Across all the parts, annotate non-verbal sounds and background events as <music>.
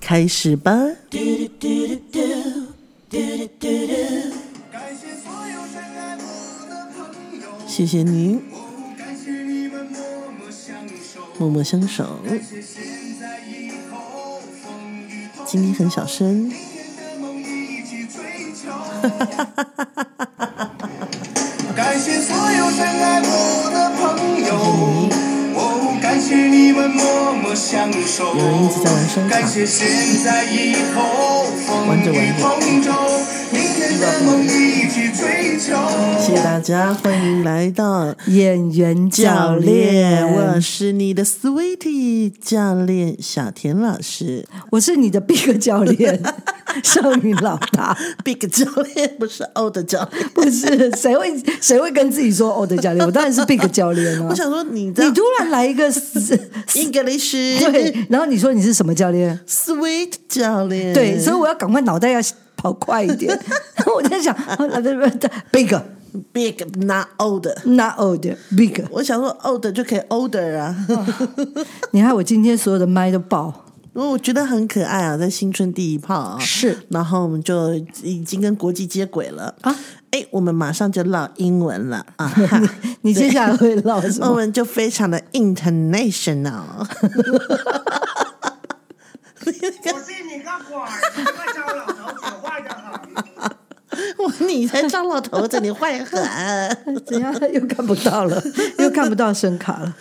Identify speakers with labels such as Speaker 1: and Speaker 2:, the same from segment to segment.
Speaker 1: 开始吧！
Speaker 2: 感谢所有深爱我的朋友，
Speaker 1: 谢谢您，
Speaker 2: 感谢你们默默相守。
Speaker 1: 默默相守。
Speaker 2: 谢现在以后，风雨同
Speaker 1: 今天很小声，
Speaker 2: 天的梦一起追求。感谢所有深爱我的朋友，哦，感谢你们默默相守。
Speaker 1: 有人一直在玩声卡
Speaker 2: 感谢现在以后，风
Speaker 1: 玩着
Speaker 2: 雨
Speaker 1: 玩着
Speaker 2: 同舟，明天的梦一起追求。
Speaker 1: 谢谢大家，欢迎来到
Speaker 3: 演员
Speaker 1: 教
Speaker 3: 教
Speaker 1: 练，
Speaker 3: 练，
Speaker 1: 我是你的 sweetie 教练小田老师
Speaker 3: 我是你的 Big 教 <laughs> 练，少女老大，
Speaker 1: <laughs> ，big 教练不是 old 教练。
Speaker 3: 不是谁会谁会跟自己说我的教练？我当然是 Big 教练啊
Speaker 1: 我！想说你这
Speaker 3: 你
Speaker 1: 样
Speaker 3: 突然来一个 s-
Speaker 1: English
Speaker 3: <laughs> 对，然后你说你是什么教练？
Speaker 1: <laughs> sweet 教练，
Speaker 3: 对，所以我要赶快脑袋要跑快一 <laughs> 点。然后我在想啊不不不，Big
Speaker 1: big not old。
Speaker 3: not old Big，
Speaker 1: 我想说 old 就可以 older 啊， <laughs>
Speaker 3: 你看我今天所有的麦都爆。
Speaker 1: 我觉得很可爱啊，在新春第一炮啊，
Speaker 3: 是，
Speaker 1: 然后我们就已经跟国际接轨了
Speaker 3: 啊，
Speaker 1: 哎，我们马上就唠英文了啊哈，
Speaker 3: <laughs> 你接下来会唠什
Speaker 1: <laughs> 我
Speaker 3: 么？
Speaker 1: 们就非常的
Speaker 3: <laughs>
Speaker 1: international，
Speaker 4: 我是你个官儿，你个糟老头子，坏的很。
Speaker 1: 我你才张老头子，你坏很，
Speaker 3: 哦怎样又看不到了， <laughs> 又看不到声卡了。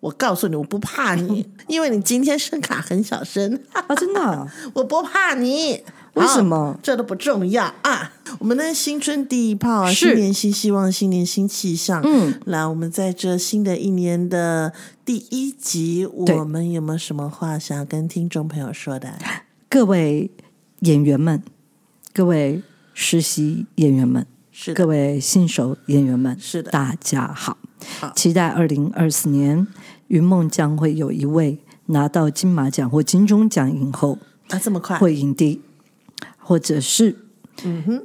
Speaker 1: 我告诉你，我不怕你，
Speaker 3: <laughs>
Speaker 1: 因为你今天声卡很小声， <laughs>
Speaker 3: 啊，真的、啊，
Speaker 1: 我不怕你。
Speaker 3: 为什
Speaker 1: 好
Speaker 3: 么
Speaker 1: 这都不重要啊！我们的新春第一炮啊，
Speaker 3: 是
Speaker 1: 新年新希望，新年新气象。
Speaker 3: 嗯，
Speaker 1: 来，我们在这新的一年的第一集，
Speaker 3: 对
Speaker 1: 我们有没有什么话想要跟听众朋友说的？
Speaker 3: 各位演员们，各位实习演员们，
Speaker 1: 是的
Speaker 3: 各位新手演员们，
Speaker 1: 是的
Speaker 3: 大家好，
Speaker 1: 好
Speaker 3: 期待二零二四年云梦将会有一位拿到金马奖或金钟奖影后
Speaker 1: 啊，嗯这么快？
Speaker 3: 会影帝，或者是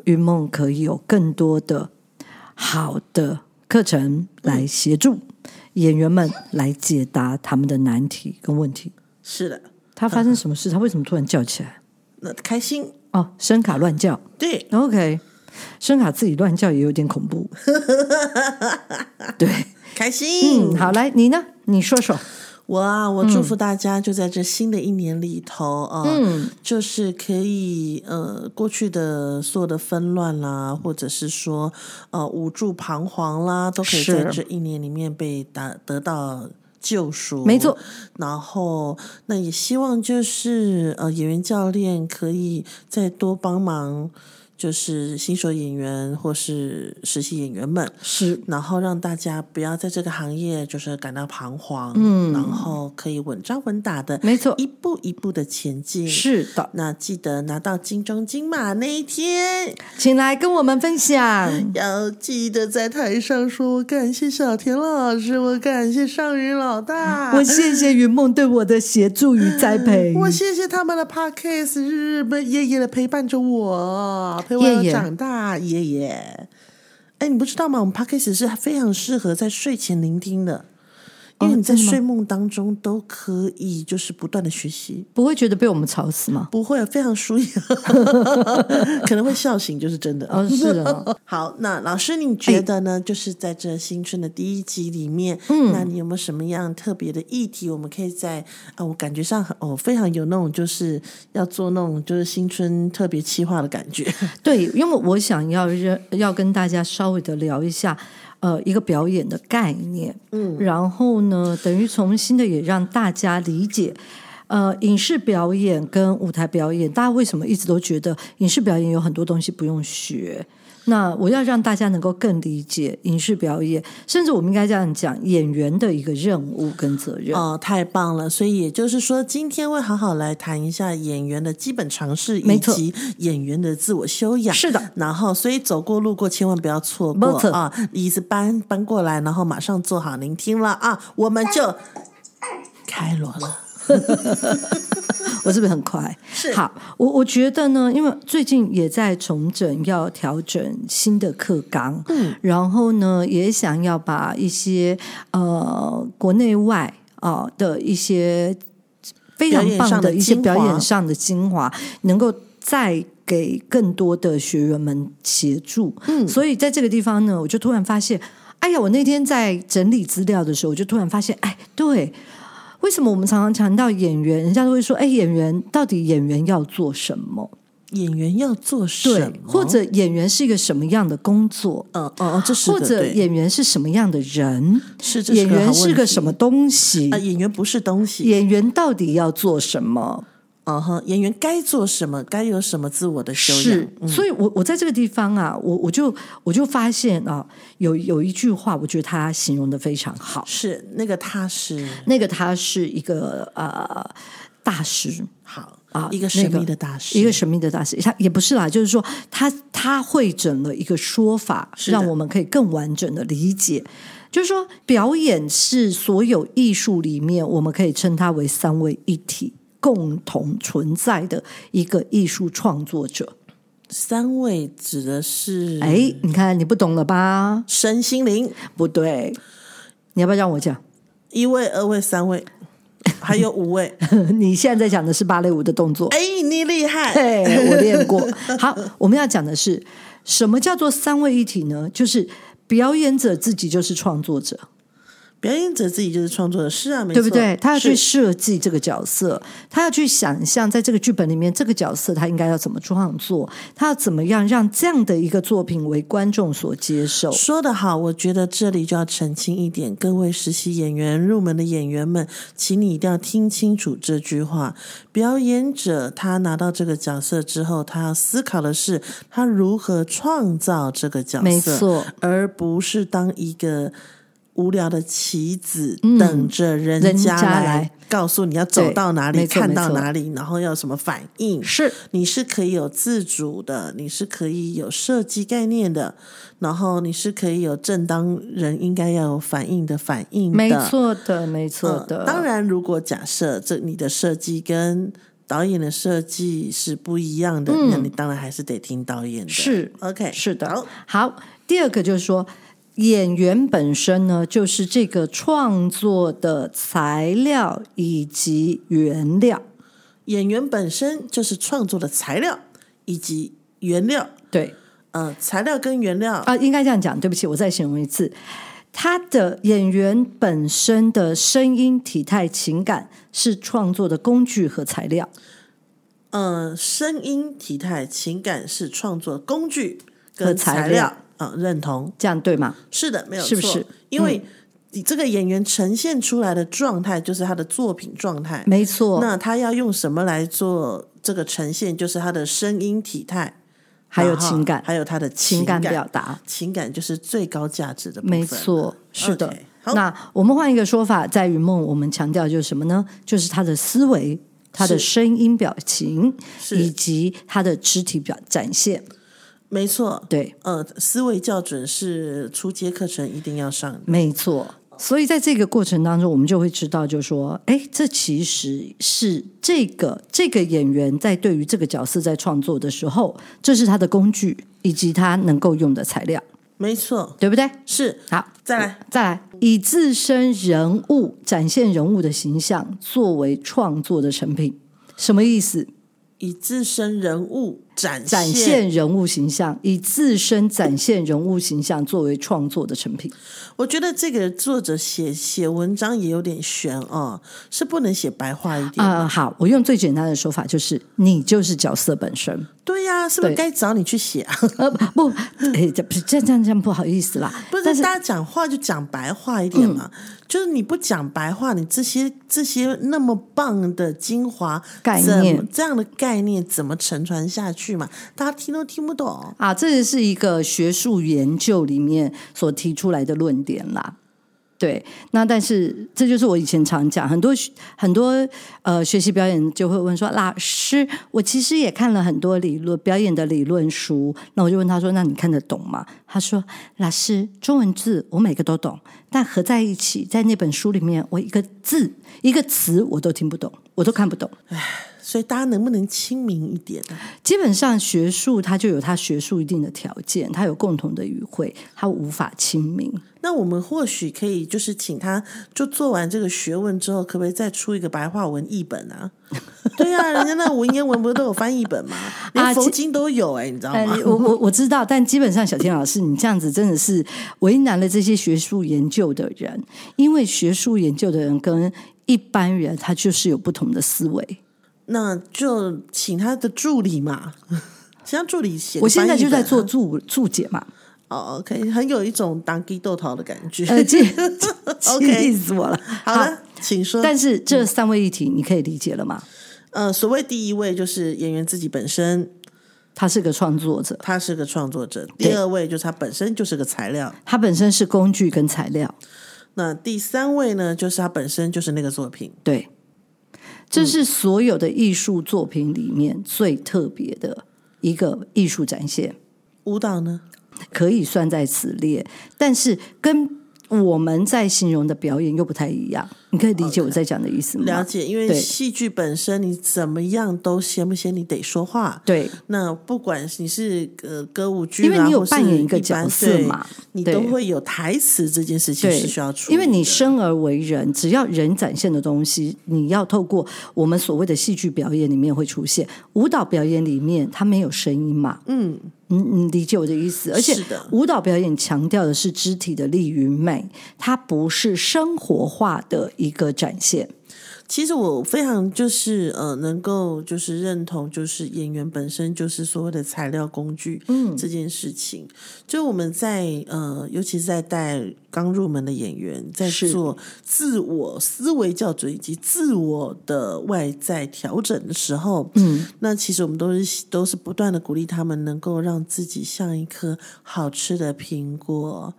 Speaker 3: 云梦可以有更多的好的课程来协助演员们来解答他们的难题跟问题。
Speaker 1: 是的，
Speaker 3: 他发生什么事？他为什么突然叫起来？
Speaker 1: 那开心。
Speaker 3: 哦，声卡乱叫。
Speaker 1: 对，
Speaker 3: OK，声卡自己乱叫也有点恐
Speaker 1: <laughs>
Speaker 3: 怖。对，
Speaker 1: 开心。
Speaker 3: 嗯，好，来你呢？你说说。
Speaker 1: 我啊，我祝福大家，就在这新的一年里头啊，
Speaker 3: 嗯
Speaker 1: 就是可以呃，过去的所有的纷乱啦，或者是说呃无助彷徨啦，都可以在
Speaker 3: 是
Speaker 1: 这一年里面被达得到。救赎，
Speaker 3: 没错。
Speaker 1: 然后，那也希望就是呃，演员教练可以再多帮忙，就是新手演员或是实习演员们，
Speaker 3: 是
Speaker 1: 然后让大家不要在这个行业就是感到彷徨，嗯，然后可以稳扎稳打的，
Speaker 3: 没错
Speaker 1: 一步一步的前进。，
Speaker 3: 是的，
Speaker 1: 那记得拿到金钟金马那一天，
Speaker 3: 请来跟我们分享。
Speaker 1: 要记得在台上说：“我感谢小田老师，我感谢少云老大，
Speaker 3: 我谢谢云梦对我的协助与栽培。
Speaker 1: 我谢谢他们的 podcast，日日夜夜的陪伴着我，陪我
Speaker 3: 夜夜
Speaker 1: 长大，爷爷。哎，你不知道吗？我们 podcast 是非常适合在睡前聆听的，因为你在
Speaker 3: 哦真的吗
Speaker 1: 睡梦当中都可以就是不断的学习，
Speaker 3: 不会觉得被我们吵死吗？
Speaker 1: 不会非常
Speaker 3: <laughs>
Speaker 1: 舒压，可能会笑醒，就是真的。
Speaker 3: 哦，是的，
Speaker 1: <laughs> 好，那老师，你觉得呢？就是在这新春的第一集里面，嗯，那你有没有什么样特别的议题？我们可以在啊，我感觉上很哦，非常有那种就是要做那种就是新春特别企划的感
Speaker 3: <laughs>
Speaker 1: 觉。
Speaker 3: 对，因为我想要认要跟大家稍微的聊一下，呃，一个表演的概念，嗯，然后呢，等于重新的也让大家理解。呃，影视表演跟舞台表演，大家为什么一直都觉得影视表演有很多东西不用学？那我要让大家能够更理解影视表演，甚至我们应该这样讲，演员的一个任务跟责任。
Speaker 1: 哦，太棒了！所以也就是说，今天会好好来谈一下演员的基本常识，以
Speaker 3: 没错
Speaker 1: 及演员的自我修养。
Speaker 3: 是的，
Speaker 1: 然后所以走过路过千万不要错
Speaker 3: 没
Speaker 1: 过
Speaker 3: 错
Speaker 1: 啊！椅子搬搬过来，然后马上做好聆听了啊！我们就开锣了。
Speaker 3: 我是不是很快？
Speaker 1: 是
Speaker 3: 好，我我觉得呢，因为最近也在重整，要调整新的课纲，嗯，然后呢，也想要把一些呃国内外啊、呃的一些非常棒一些
Speaker 1: 表
Speaker 3: 表
Speaker 1: 演上的精华
Speaker 3: 演上的精华，能够再。给更多的学员们协助，嗯，所以在这个地方呢，我就突然发现，哎呀，我那天在整理资料的时候，我就突然发现，哎，对，为什么我们常常强调演员，人家都会说，哎，演员到底演员要做什么？
Speaker 1: 演员要做什
Speaker 3: 对
Speaker 1: 么，？
Speaker 3: 或者演员是一个什么样的工作？
Speaker 1: 嗯哦哦，这是
Speaker 3: 或
Speaker 1: 的
Speaker 3: 者
Speaker 1: 对
Speaker 3: 演员是什么样的人？
Speaker 1: 是这
Speaker 3: 演
Speaker 1: 好
Speaker 3: 员
Speaker 1: 问
Speaker 3: 是个
Speaker 1: 题
Speaker 3: 什么东西
Speaker 1: 啊？？演员不是东西。
Speaker 3: 演员到底要做什么？
Speaker 1: 嗯哼，演员该做什么，该有嗯什么自我的修养
Speaker 3: 是，，所以我我在这个地方啊，我我就我就发现啊，有有一句话，我觉得他形容的非常好。
Speaker 1: 是那个踏实
Speaker 3: 那个他是一个呃大师，
Speaker 1: 好
Speaker 3: 啊
Speaker 1: 一个神
Speaker 3: 那
Speaker 1: 秘的大师，
Speaker 3: 一个神秘的大师，他也不是啦，就是说他他会整了一个说法，
Speaker 1: 是的
Speaker 3: 让我们可以更完整的理解。就是说，表演是所有艺术里面，我们可以称它为三位一体共同存在的一个艺术创作者。
Speaker 1: 三位指的是
Speaker 3: 哎，你看你不懂了吧？
Speaker 1: 身心灵，
Speaker 3: 不对，你要不要让我讲？ <laughs>
Speaker 1: 一位、二位、三位，还有五
Speaker 3: <laughs>
Speaker 1: 位。
Speaker 3: 你现在在讲的是芭蕾舞的动作。
Speaker 1: 哎，你厉害！
Speaker 3: 对，我练过。好，我们要讲的是什么叫做三位一体呢？就是表演者自己就是创作者，
Speaker 1: 表演者自己就是创作者，是啊，没错，
Speaker 3: 对不对？他要去
Speaker 1: 是
Speaker 3: 设计这个角色，他要去想象在这个剧本里面这个角色他应该要怎么创作，他要怎么样让这样的一个作品为观众所接受。
Speaker 1: 说得好，我觉得这里就要澄清一点，各位实习演员、入门的演员们，请你一定要听清楚这句话。表演者他拿到这个角色之后，他要思考的是他如何创造这个角色，
Speaker 3: 没错，
Speaker 1: 而不是当一个无聊的棋子，等着人
Speaker 3: 嗯人
Speaker 1: 家
Speaker 3: 家
Speaker 1: 来
Speaker 3: 来
Speaker 1: 告诉你要走
Speaker 3: 对
Speaker 1: 到哪里、
Speaker 3: 没错
Speaker 1: 看
Speaker 3: 没
Speaker 1: 到
Speaker 3: 错
Speaker 1: 哪里，然后要有什么反应。
Speaker 3: 是
Speaker 1: 你是可以有自主的，你是可以有设计概念的，然后你是可以有正当人应该要有反应的反应的。
Speaker 3: 没错的，没错
Speaker 1: 嗯
Speaker 3: 的。
Speaker 1: 当，然，如果假设这你的设计跟导演的设计是不一样的，那你当然还是得听导演的。
Speaker 3: 嗯是
Speaker 1: ，OK，
Speaker 3: 是的
Speaker 1: 好，
Speaker 3: 好，第二个就是说。演员本身呢，就是这个创作的材料以及原料。
Speaker 1: 演员本身就是创作的材料以及原料，
Speaker 3: 对
Speaker 1: 呃，材料跟原料，
Speaker 3: 啊，应该这样讲。对不起，我再形容一次，他的演员本身的声音、体态、情感是创作的工具和材料。
Speaker 1: 呃，声音、体态、情感是创作工具
Speaker 3: 和
Speaker 1: 跟
Speaker 3: 材
Speaker 1: 材
Speaker 3: 料
Speaker 1: 料。啊、认同
Speaker 3: 这样对吗？
Speaker 1: 是的，没有错，
Speaker 3: 是不是嗯
Speaker 1: 因为你这个演员呈现出来的状态就是他的作品状态，
Speaker 3: 没错，
Speaker 1: 那他要用什么来做这个呈现？就是他的声音、体态，
Speaker 3: 还有
Speaker 1: 然后
Speaker 3: 情感
Speaker 1: 还有他的
Speaker 3: 情
Speaker 1: 感
Speaker 3: 感表达，
Speaker 1: 情感就是最高价值的部分
Speaker 3: 没
Speaker 1: 了。
Speaker 3: 错，是的
Speaker 1: OK，。好
Speaker 3: 那我们换一个说法，在云梦，我们强调就是什么呢？就是他的思维、他的
Speaker 1: 是
Speaker 3: 声音、表情，
Speaker 1: 是
Speaker 3: 以及他的肢体表展现。
Speaker 1: 没错，
Speaker 3: 对，
Speaker 1: 呃，思维校准是初阶课程一定要上的。
Speaker 3: 没错。所以在这个过程当中，我们就会知道，就是说，哎，这其实是这个这个演员在对于这个角色在创作的时候，这是他的工具以及他能够用的材料，
Speaker 1: 没错，
Speaker 3: 对不对？
Speaker 1: 是
Speaker 3: 好，
Speaker 1: 再来
Speaker 3: 再来，以自身人物展现人物的形象作为创作的成品，什么意思？
Speaker 1: 以自身人物展
Speaker 3: 展现人物形象，以自身展现人物形象作为创作的成品。
Speaker 1: 我觉得这个作者写写文章也有点悬哦，是不能写白话一点。 <laughs>
Speaker 3: 呃，好，我用最简单的说法就是，你就是角色本身。
Speaker 1: 对呀、啊，是不是
Speaker 3: 对
Speaker 1: 该找你去
Speaker 3: <laughs>
Speaker 1: 写啊？
Speaker 3: 呃不，哎，这不是这这样这样不好意思啦，
Speaker 1: 不
Speaker 3: 但
Speaker 1: 是
Speaker 3: 是嗯
Speaker 1: 大家讲话就讲白话一点嘛，就是你不讲白话，你这些这些那么棒的精华
Speaker 3: 概
Speaker 1: 怎么
Speaker 3: 念
Speaker 1: 这样的概念怎么沉传下去嘛？大家听都听不懂。
Speaker 3: 啊，这是一个学术研究里面所提出来的论点啦。对，那但是这就是我以前常讲，很多学很多呃学习表演就会问说，老师，我其实也看了很多理论表演的理论书，那我就问他说，那你看得懂吗？他说，老师，中文字我每个都懂，但合在一起，在那本书里面，我一个字一个词我都听不懂，我都看不懂。
Speaker 1: 所以大家能不能亲民一点啊呢？
Speaker 3: 基本上学术它就有它学术一定的条件，它有共同的语汇，它无法亲民。
Speaker 1: 那我们或许可以就是请他，就做完这个学问之后，可不可以再出一个白话文译
Speaker 3: <laughs>
Speaker 1: 本啊？对啊，人家那文言文不是都有翻译本吗？连佛
Speaker 3: 啊其
Speaker 1: 经都有哎、你知道
Speaker 3: 呃
Speaker 1: 吗？，
Speaker 3: 我我我知道，但基本上小天老师，你这样子真的是为难了这些学术研究的人，因为学术研究的人跟一般人他就是有不同的思维。
Speaker 1: 那就请他的助理嘛， <laughs> 请他助理写。
Speaker 3: 我现在就在做注注解
Speaker 1: <laughs>
Speaker 3: 嘛，
Speaker 1: 啊哦，可以，很有一种当机豆桃的感觉。
Speaker 3: 呃，气
Speaker 1: OK
Speaker 3: 气死我了。
Speaker 1: 好了，请说。
Speaker 3: 但是这三位议题你可以理解了吗？
Speaker 1: 呃，所谓第一位就是演员自己本身，
Speaker 3: 他是个创作者，
Speaker 1: 他是个创作者；
Speaker 3: 对
Speaker 1: 第二位就是他本身就是个材料；
Speaker 3: 他本身是工具跟材料。
Speaker 1: 那第三位呢，就是他本身就是那个作品。
Speaker 3: 对，这是所有的艺术作品里面最特别的一个艺术展现，
Speaker 1: 舞蹈呢？
Speaker 3: 可以算在此列，但是跟我们在形容的表演又不太一样。你可以理解我在讲的意思吗？
Speaker 1: 哦了解，因为
Speaker 3: 对
Speaker 1: 戏剧本身你怎么样都先不先，你得说话。
Speaker 3: 对
Speaker 1: 那不管你是呃歌舞剧啊，
Speaker 3: 因为你有
Speaker 1: 或是
Speaker 3: 扮演一个
Speaker 1: 一般
Speaker 3: 角色嘛
Speaker 1: 对你
Speaker 3: 对
Speaker 1: 都会有台词这件事情
Speaker 3: 对
Speaker 1: 是需要处，理
Speaker 3: 因
Speaker 1: 的。
Speaker 3: 为你生而为人，只要人展现的东西，你要透过我们所谓的戏剧表演里面会出现，舞蹈表演里面它没有声音嘛，
Speaker 1: 嗯，
Speaker 3: 你你理解我的意思？而且
Speaker 1: 是的
Speaker 3: 舞蹈表演强调的是肢体的力与美，它不是生活化的一个展现。
Speaker 1: 其实我非常就是呃，能够就是认同，就是演员本身就是所谓的材料工具，嗯，这件事情。就我们在呃，尤其是在带刚入门的演员，在
Speaker 3: 是
Speaker 1: 做自我思维校准以及自我的外在调整的时候，嗯，那其实我们都是都是不断的鼓励他们能够让自己像一颗好吃的
Speaker 3: <laughs>
Speaker 1: 苹果，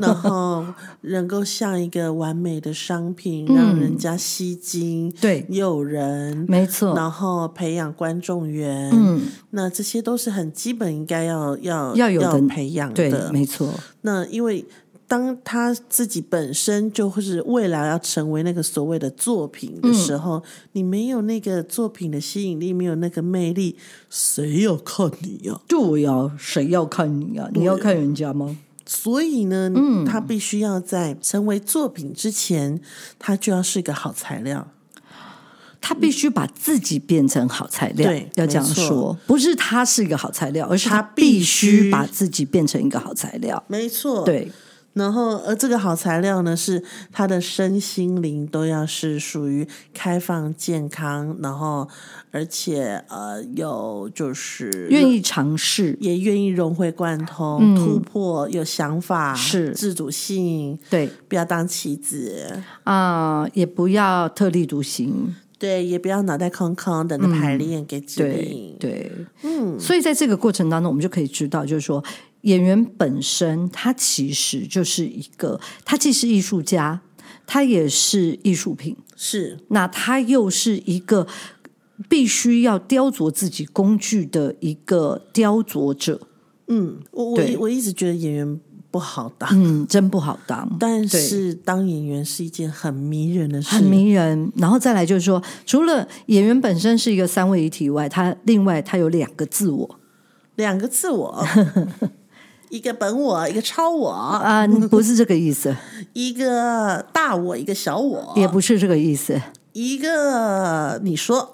Speaker 1: 然后能够像一个完美的商品，
Speaker 3: 嗯
Speaker 1: 让人家吸睛，
Speaker 3: 对
Speaker 1: 诱人，
Speaker 3: 没错，
Speaker 1: 然后培养观众缘，
Speaker 3: 嗯，
Speaker 1: 那这些都是很基本应该要要
Speaker 3: 要有的
Speaker 1: 培养
Speaker 3: 对，
Speaker 1: 的。
Speaker 3: 没错，
Speaker 1: 那因为当他自己本身就会是未来要成为那个所谓的作品的时候，你没有那个作品的吸引力，没有那个魅力，谁要看你啊呀、
Speaker 3: 对呀、谁要看你啊？你要看人家吗？
Speaker 1: 所以呢，他必须要在成为作品之前，他就要是一个好材料。
Speaker 3: 他必须把自己变成好材料
Speaker 1: 对，
Speaker 3: 要这样
Speaker 1: 没错
Speaker 3: 说，不是他是一个好材料，而是他
Speaker 1: 他
Speaker 3: 必
Speaker 1: 必
Speaker 3: 须
Speaker 1: 须
Speaker 3: 把自己变成一个好材料。
Speaker 1: 没错，。
Speaker 3: 对，
Speaker 1: 然后，而这个好材料呢，是他的身心灵都要是属于开放、健康，然后而且呃有就是
Speaker 3: 愿意尝试，
Speaker 1: 也愿意融会贯通、突破，有想法，
Speaker 3: 嗯是
Speaker 1: 自主性，
Speaker 3: 对
Speaker 1: 不要当棋子，
Speaker 3: 啊、也不要特立独行。
Speaker 1: 对，也不要脑袋空空等着排练给指
Speaker 3: 对
Speaker 1: 令，
Speaker 3: 对，嗯，所以在这个过程当中，我们就可以知道，就是说演员本身他其实就是一个，他既是艺术家，他也是艺术品，
Speaker 1: 是
Speaker 3: 那他又是一个必须要雕琢自己工具的一个雕琢者。
Speaker 1: 嗯，我我
Speaker 3: 对
Speaker 1: 我一直觉得演员不好当，
Speaker 3: 嗯，真不好当，
Speaker 1: 但
Speaker 3: 对
Speaker 1: 是当演员是一件很迷人的事，
Speaker 3: 很迷人。然后再来就是说，除了演员本身是一个三位一体以外，他另外他有两个自我。
Speaker 1: 两个自我，
Speaker 3: <laughs>
Speaker 1: 一个本我，一个超我，
Speaker 3: 啊、不是这个意
Speaker 1: <laughs>
Speaker 3: 思，
Speaker 1: 一个大我，一个小我，
Speaker 3: 也不是这个意思。
Speaker 1: 一个
Speaker 3: <laughs>
Speaker 1: 你说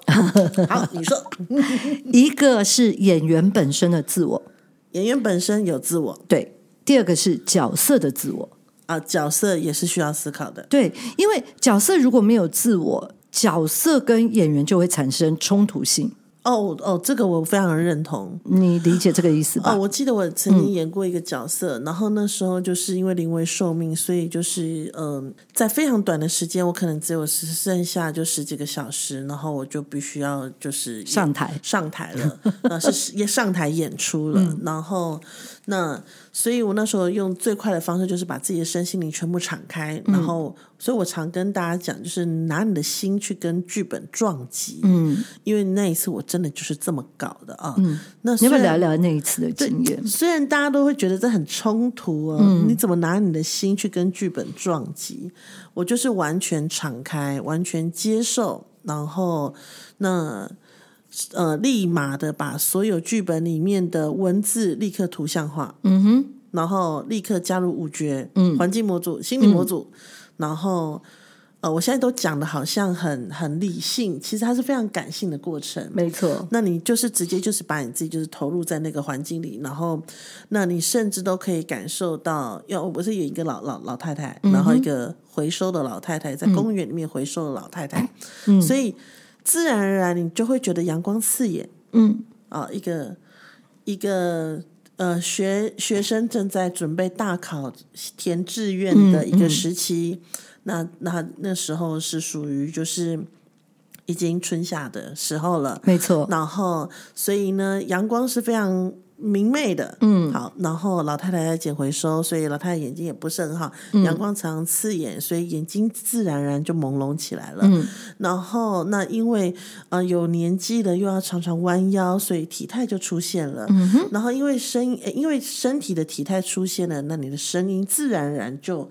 Speaker 1: 好，你说
Speaker 3: 一个是演员本身的自我，
Speaker 1: 演员本身有自我
Speaker 3: 对；第二个是角色的自我，
Speaker 1: 啊，角色也是需要思考的，
Speaker 3: 对。因为角色如果没有自我，角色跟演员就会产生冲突性。
Speaker 1: 哦哦，这个我非常认同。
Speaker 3: 你理解这个意思吧？嗯
Speaker 1: 哦，我记得我曾经演过一个角色，然后那时候就是因为临危受命，所以就是嗯、在非常短的时间，我可能只有只剩下就十几个小时，然后我就必须要就是
Speaker 3: 上台嗯
Speaker 1: 上台了， <laughs> 呃，是也上台演出了，然后那所以我那时候用最快的方式就是把自己的身心灵全部敞开，
Speaker 3: 嗯
Speaker 1: 然后所以我常跟大家讲，就是拿你的心去跟剧本撞击，嗯，因为那一次我真的就是这么搞的啊，嗯，那
Speaker 3: 你
Speaker 1: 虽
Speaker 3: 要不
Speaker 1: 然
Speaker 3: 要聊聊那一次的经验？
Speaker 1: 虽然大家都会觉得这很冲突哦，你怎么拿你的心去跟剧本撞击？我就是完全敞开，完全接受，然后那呃，立马的把所有剧本里面的文字立刻图像化，嗯哼，然后立刻加入五觉，嗯，环境模组、心理模组，然后。呃，我现在都讲的好像很很理性，其实它是非常感性的过程。
Speaker 3: 没错，
Speaker 1: 那你就是直接就是把你自己就是投入在那个环境里，然后，那你甚至都可以感受到，要我不是有一个老老老太太，然后一个回收的老太太在公园里面回收的老太太，所以自然而然你就会觉得阳光刺眼，
Speaker 3: 嗯，
Speaker 1: 啊，一个一个呃学学生正在准备大考填志愿的一个时期，那那那时候是属于就是已经春夏的时候了，
Speaker 3: 没错，
Speaker 1: 然后所以呢，阳光是非常明媚的，嗯，好，然后老太太在捡回收，所以老太太眼睛也不是很好，阳光常刺眼，所以眼睛自然而然就朦胧起来了，嗯，然后那因为呃有年纪了，又要常常弯腰，所以体态就出现了，嗯然后因为声音，呃因为身体的体态出现了，那你的声音自然而然就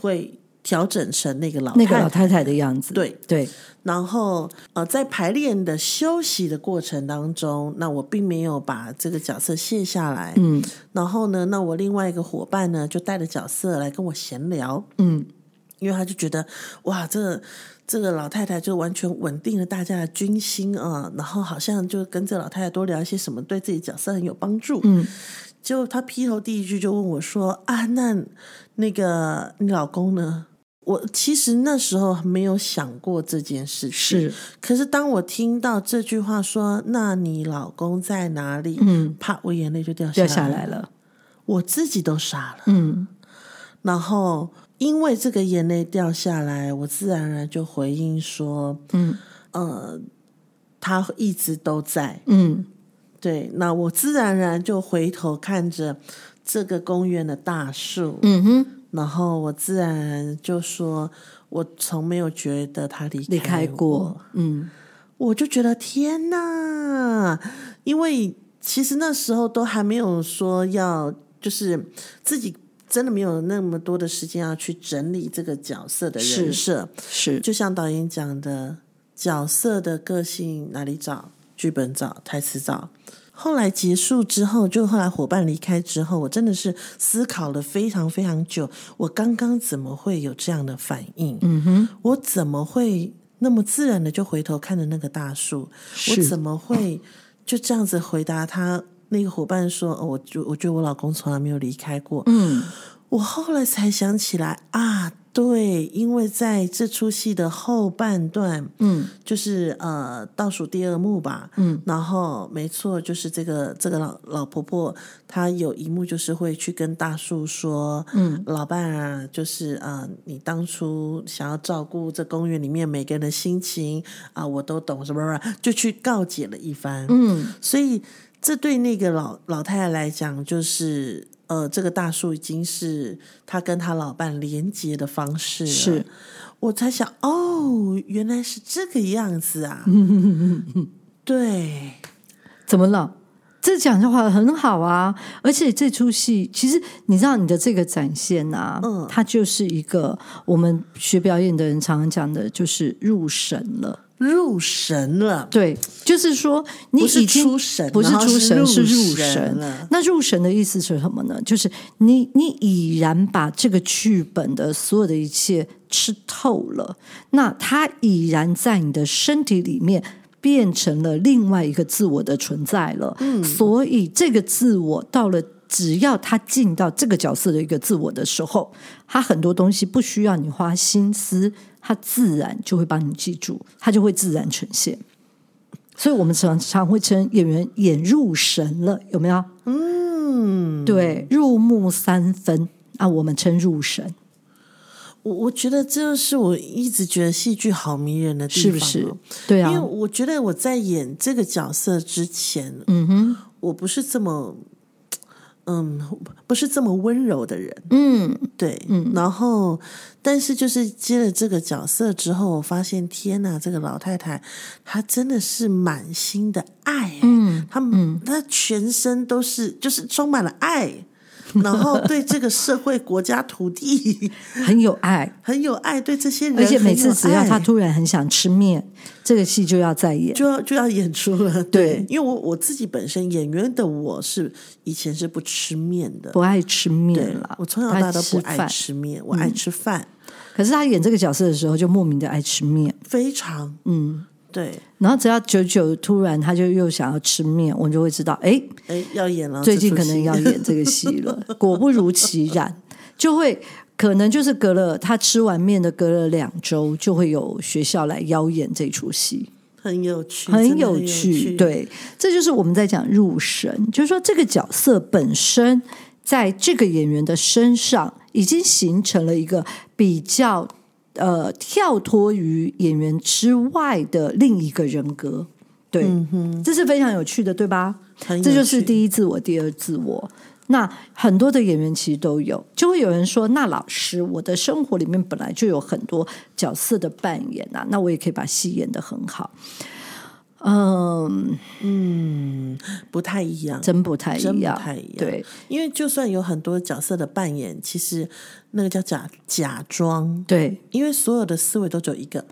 Speaker 1: 会。调整成那个老
Speaker 3: 那个老太太的样子，
Speaker 1: 对
Speaker 3: 对，
Speaker 1: 然后呃，在排练的休息的过程当中，那我并没有把这个角色卸下来，嗯，然后呢，那我另外一个伙伴呢，就带着角色来跟我闲聊，
Speaker 3: 嗯，
Speaker 1: 因为他就觉得哇，这个这个老太太就完全稳定了大家的军心啊，然后好像就跟这老太太多聊一些什么，对自己角色很有帮助，嗯，结果他劈头第一句就问我说啊，那那个你老公呢？我其实那时候没有想过这件事情，
Speaker 3: 是啊
Speaker 1: 可是当我听到这句话说“那你老公在哪里”，嗯，啪，我眼泪就掉下
Speaker 3: 掉
Speaker 1: 来
Speaker 3: 下来了，
Speaker 1: 我自己都傻了。
Speaker 3: 嗯，
Speaker 1: 然后因为这个眼泪掉下来，我自然而然就回应说，
Speaker 3: 嗯，
Speaker 1: 呃，他一直都在。
Speaker 3: 嗯，
Speaker 1: 对，那我自然而然就回头看着这个公园的大树，
Speaker 3: 嗯哼，
Speaker 1: 然后我自然而然就说，我从没有觉得他离
Speaker 3: 离开
Speaker 1: 我
Speaker 3: 过，嗯，
Speaker 1: 我就觉得天呐，因为其实那时候都还没有说要，就是自己真的没有那么多的时间要去整理这个角色的人设。
Speaker 3: 是，
Speaker 1: 就像导演讲的，角色的个性哪里找？剧本找，台词找。后来结束之后，就后来伙伴离开之后，我真的是思考了非常非常久，我刚刚怎么会有这样的反应？嗯哼，我怎么会那么自然的就回头看着那个大树？我
Speaker 3: 是
Speaker 1: 怎么会就这样子回答他？那个伙伴说：“哦，我就我觉得我老公从来没有离开过。”
Speaker 3: 嗯，
Speaker 1: 我后来才想起来啊，对，因为在这出戏的后半段，
Speaker 3: 嗯，
Speaker 1: 就是呃倒数第二幕吧，嗯，然后没错，就是这个这个老老婆婆，她有一幕就是会去跟大树说，嗯，老伴啊，就是呃你当初想要照顾这公园里面每个人的心情啊、我都懂什么什么，就去告解了一番，嗯，所以这对那个老老太太来讲，就是呃，这个大树已经是她跟她老伴连接的方式了。
Speaker 3: 是，
Speaker 1: 我才想，哦，原来是这个样子啊！对，
Speaker 3: 怎么了？这讲的话很好啊，而且这出戏其实你知道你的这个展现啊，
Speaker 1: 嗯
Speaker 3: 它就是一个我们学表演的人常常讲的，就是入神了。
Speaker 1: 入神了，
Speaker 3: 对，就是说你
Speaker 1: 不是
Speaker 3: 已经
Speaker 1: 出神
Speaker 3: 不是
Speaker 1: 然后
Speaker 3: 出
Speaker 1: 是
Speaker 3: 神，
Speaker 1: 入
Speaker 3: 是入
Speaker 1: 神
Speaker 3: 神
Speaker 1: 了。
Speaker 3: 那入神的意思是什么呢？就是你你已然把这个剧本的所有的一切吃透了，那它已然在你的身体里面。变成了另外一个自我的存在了，
Speaker 1: 嗯
Speaker 3: 所以这个自我到了，只要他进到这个角色的一个自我的时候，他很多东西不需要你花心思，他自然就会帮你记住，他就会自然呈现。所以我们常常会称演员演入神了，有没有？嗯，对，入木三分啊，我们称入神，
Speaker 1: 我我觉得这是我一直觉得戏剧好迷人的地
Speaker 3: 是
Speaker 1: 方、哦，
Speaker 3: 不是？对啊
Speaker 1: 因为，我觉得我在演这个角色之前，
Speaker 3: 嗯哼，
Speaker 1: 我不是这么，嗯，不是这么温柔的人，
Speaker 3: 嗯，
Speaker 1: 对，嗯。然后，但是就是接了这个角色之后，我发现天呐，这个老太太她真的是满心的爱、嗯，她她全身都是就是充满了
Speaker 3: <laughs>
Speaker 1: 爱，然后对这个社会、国家、土地
Speaker 3: 很有爱，
Speaker 1: 很有爱，对这些人很
Speaker 3: 而
Speaker 1: 有爱，
Speaker 3: 且每次只要他突然很想吃面，这个戏就要再演。
Speaker 1: 就要就要演出
Speaker 3: <laughs>
Speaker 1: 了，
Speaker 3: 对
Speaker 1: 因为我我自己本身演员的我是以前是不吃面的，
Speaker 3: 不爱吃
Speaker 1: 对
Speaker 3: 面了，
Speaker 1: 我从小到大都不
Speaker 3: 他
Speaker 1: 爱
Speaker 3: 饭。
Speaker 1: 吃面，我爱吃饭，
Speaker 3: 可是他演这个角色的时候，就莫名的爱吃面。
Speaker 1: 非常嗯，对，
Speaker 3: 然后只要久久突然他就又想要吃面，我就会知道，哎，
Speaker 1: 哎，要演了，
Speaker 3: 最近
Speaker 1: 这出
Speaker 3: 可
Speaker 1: 戏
Speaker 3: 能要演这个戏了。果不如其然，就会可能就是隔了他吃完面的隔了两周，就会有学校来邀演这出戏。
Speaker 1: 很有趣，嗯真的
Speaker 3: 很
Speaker 1: 很
Speaker 3: 有
Speaker 1: 趣，
Speaker 3: 趣，，对，这就是我们在讲入神，就是说这个角色本身在这个演员的身上已经形成了一个比较呃跳脱于演员之外的另一个人格，对，
Speaker 1: 嗯
Speaker 3: 这是非常有趣的，对吧？
Speaker 1: 很有
Speaker 3: 这就是
Speaker 1: 趣
Speaker 3: 第一自我，第二自我。那很多的演员其实都有，就会有人说：“那老师，我的生活里面本来就有很多角色的扮演啊，那我也可以把戏演得很好。”嗯，
Speaker 1: 不太一样，
Speaker 3: 真不太一样，
Speaker 1: 真不太一样
Speaker 3: 对
Speaker 1: 因为就算有很多角色的扮演，其实那个叫假假装，
Speaker 3: 对。
Speaker 1: 因为所有的思维都只有一个，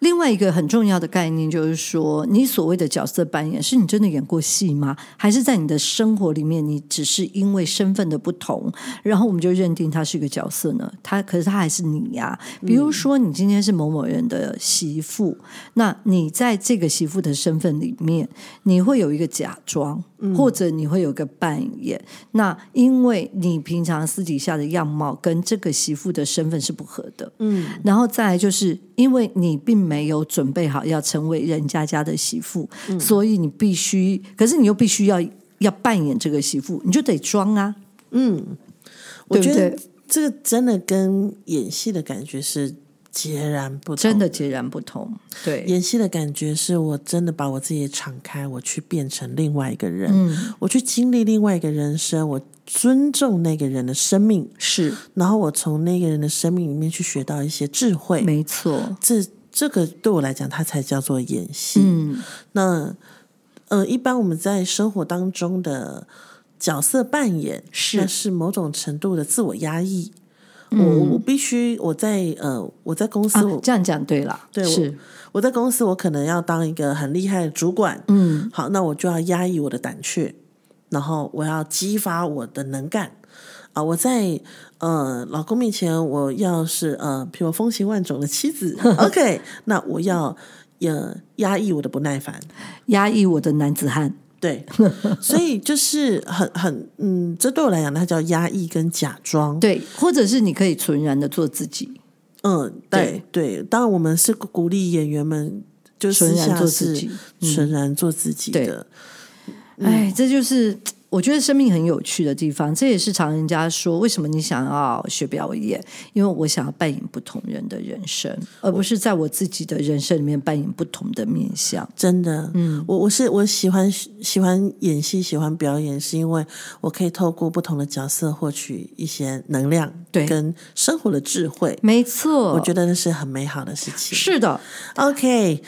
Speaker 3: 另外一个很重要的概念就是说，你所谓的角色扮演，是你真的演过戏吗？还是在你的生活里面，你只是因为身份的不同，然后我们就认定他是一个角色呢？他可是他还是你呀、比如说，你今天是某某人的媳妇，那你在这个媳妇的身份里面，你会有一个假装，或者你会有一个扮演。那因为你平常私底下的样貌跟这个媳妇的身份是不合的，嗯，然后再来就是因为你并没有准备好要成为人家家的媳妇，所以你必须，可是你又必须要要扮演这个媳妇，你就得装啊，
Speaker 1: 我
Speaker 3: 对
Speaker 1: 觉
Speaker 3: 不
Speaker 1: 得
Speaker 3: 对
Speaker 1: 这个真的跟演戏的感觉是截然不同，
Speaker 3: 真的截然不同，对，
Speaker 1: 演戏的感觉是我真的把我自己敞开，我去变成另外一个人，
Speaker 3: 嗯
Speaker 1: 我去经历另外一个人生，我尊重那个人的生命，
Speaker 3: 是
Speaker 1: 然后我从那个人的生命里面去学到一些智慧。
Speaker 3: 没错，
Speaker 1: 这这个对我来讲，它才叫做演戏。
Speaker 3: 嗯，
Speaker 1: 那呃，一般我们在生活当中的角色扮演，
Speaker 3: 是嗯
Speaker 1: 那是某种程度的自我压抑。我我必须我在呃我在公司、
Speaker 3: 啊
Speaker 1: 我，
Speaker 3: 这样讲对了，
Speaker 1: 对我
Speaker 3: 是，
Speaker 1: 我在公司，我可能要当一个很厉害的主管，
Speaker 3: 嗯，
Speaker 1: 好，那我就要压抑我的胆怯，然后我要激发我的能干啊！我在呃老公面前，我要是呃，譬如风情万种的
Speaker 3: <laughs>
Speaker 1: 妻子，OK，那我要呃压抑我的不耐烦，
Speaker 3: 压抑我的男子汉， <laughs>
Speaker 1: 对，所以就是很很嗯，这对我来讲，它叫压抑跟假装，
Speaker 3: 对，或者是你可以纯然的做自己，
Speaker 1: 嗯，对对，当然我们是鼓励演员们。就私
Speaker 3: 纯然
Speaker 1: 下
Speaker 3: 做自
Speaker 1: 是
Speaker 3: 己嗯
Speaker 1: 纯然做自己
Speaker 3: 对
Speaker 1: 的，
Speaker 3: 哎，这就是我觉得生命很有趣的地方。这也是常人家说，为什么你想要学表演？因为我想要扮演不同人的人生，而不是在我自己的人生里面扮演不同的面相。
Speaker 1: 真的，嗯，我我是我喜欢喜欢演戏，喜欢表演，是因为我可以透过不同的角色获取一些能量，
Speaker 3: 对
Speaker 1: 跟生活的智慧，
Speaker 3: 没错，
Speaker 1: 我觉得那是很美好的事情。
Speaker 3: 是的。
Speaker 1: OK，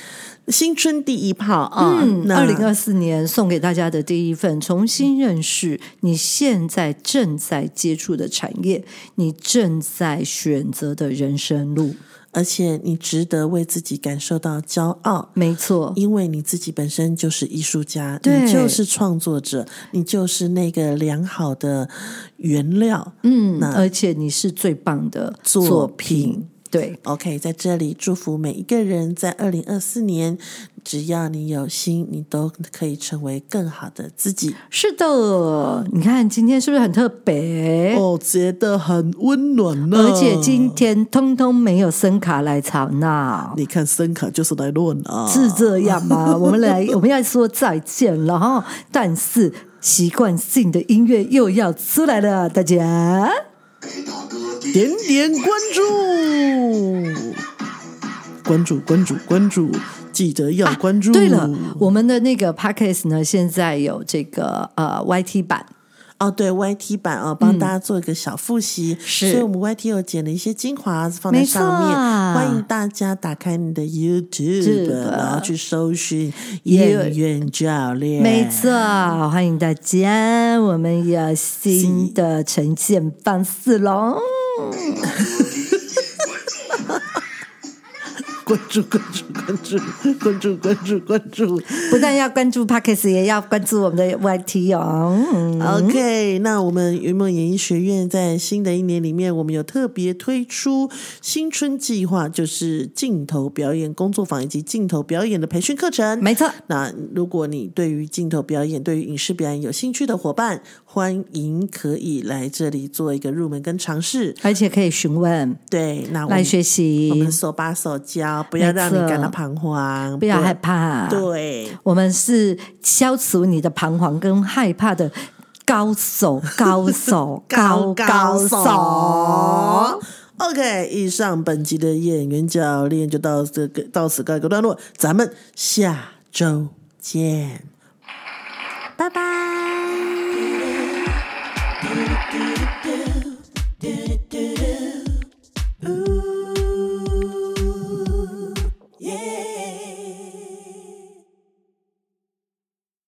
Speaker 1: 新春第一炮啊，
Speaker 3: 嗯，
Speaker 1: 那
Speaker 3: 二零二四年送给大家的第一份，重新认识你现在正在接触的产业，你正在选择的人生路。
Speaker 1: 而且你值得为自己感受到骄傲。
Speaker 3: 没错，
Speaker 1: 因为你自己本身就是艺术家，
Speaker 3: 对
Speaker 1: 你就是创作者，你就是那个良好的原料。
Speaker 3: 嗯，
Speaker 1: 那
Speaker 3: 而且你是最棒的
Speaker 1: 作
Speaker 3: 作
Speaker 1: 品
Speaker 3: 品对。
Speaker 1: OK，在这里祝福每一个人在二零二四年只要你有心，你都可以成为更好的自己。
Speaker 3: 是的，你看今天是不是很特别？
Speaker 1: 我哦觉得很温暖呢、
Speaker 3: 哎而且今天通通没有声卡来吵闹，
Speaker 1: 你看声卡就是来乱啊，
Speaker 3: 是这样 <laughs> 吗？我们来，我们要说再见了哈。但是习惯性的音乐又要出来了，大家。
Speaker 2: 给大哥
Speaker 1: 点点关
Speaker 3: <laughs>
Speaker 1: 注，关注关注关注，记得要关注。
Speaker 3: 啊对了，我们的那个 podcast 呢，现在有这个呃 YT 版，
Speaker 1: 哦，对 YT 版哦，帮大家做一个小复习。
Speaker 3: 嗯是
Speaker 1: 所以我们 YT 有剪了一些精华放在上面，
Speaker 3: 没错
Speaker 1: 欢迎大家打开你的 YouTube，
Speaker 3: 是的
Speaker 1: 然后去搜寻
Speaker 3: You-
Speaker 1: 演员教练。
Speaker 3: 没错，欢迎大家，我们有新的呈现方式喽。
Speaker 1: <laughs> 关注关注关注关注关注关注。
Speaker 3: 不但要关
Speaker 1: <laughs>
Speaker 3: 注 podcast，也要关注我们的 YT 哦。嗯
Speaker 1: <laughs> OK，那我们云梦演艺学院在新的一年里面，我们有特别推出新春计划，就是镜头表演工作坊以及镜头表演的培训课程。
Speaker 3: 没错，
Speaker 1: 那如果你对于镜头表演、对于影视表演有兴趣的伙伴，欢迎可以来这里做一个入门跟尝试。
Speaker 3: 而且可以询问
Speaker 1: 对，那我
Speaker 3: 来
Speaker 1: 们
Speaker 3: 学
Speaker 1: 我们
Speaker 3: 习，
Speaker 1: 手把手教，不要让你感到彷徨，
Speaker 3: 不要害。怕。
Speaker 1: 对，
Speaker 3: 我们是消除你的彷徨跟害怕的高
Speaker 1: <laughs>
Speaker 3: 手，高手，高高手。。
Speaker 1: OK，以上本集的演员教练就到这个到此告一个段落，咱们下周见。
Speaker 3: 拜拜。
Speaker 1: Ooh.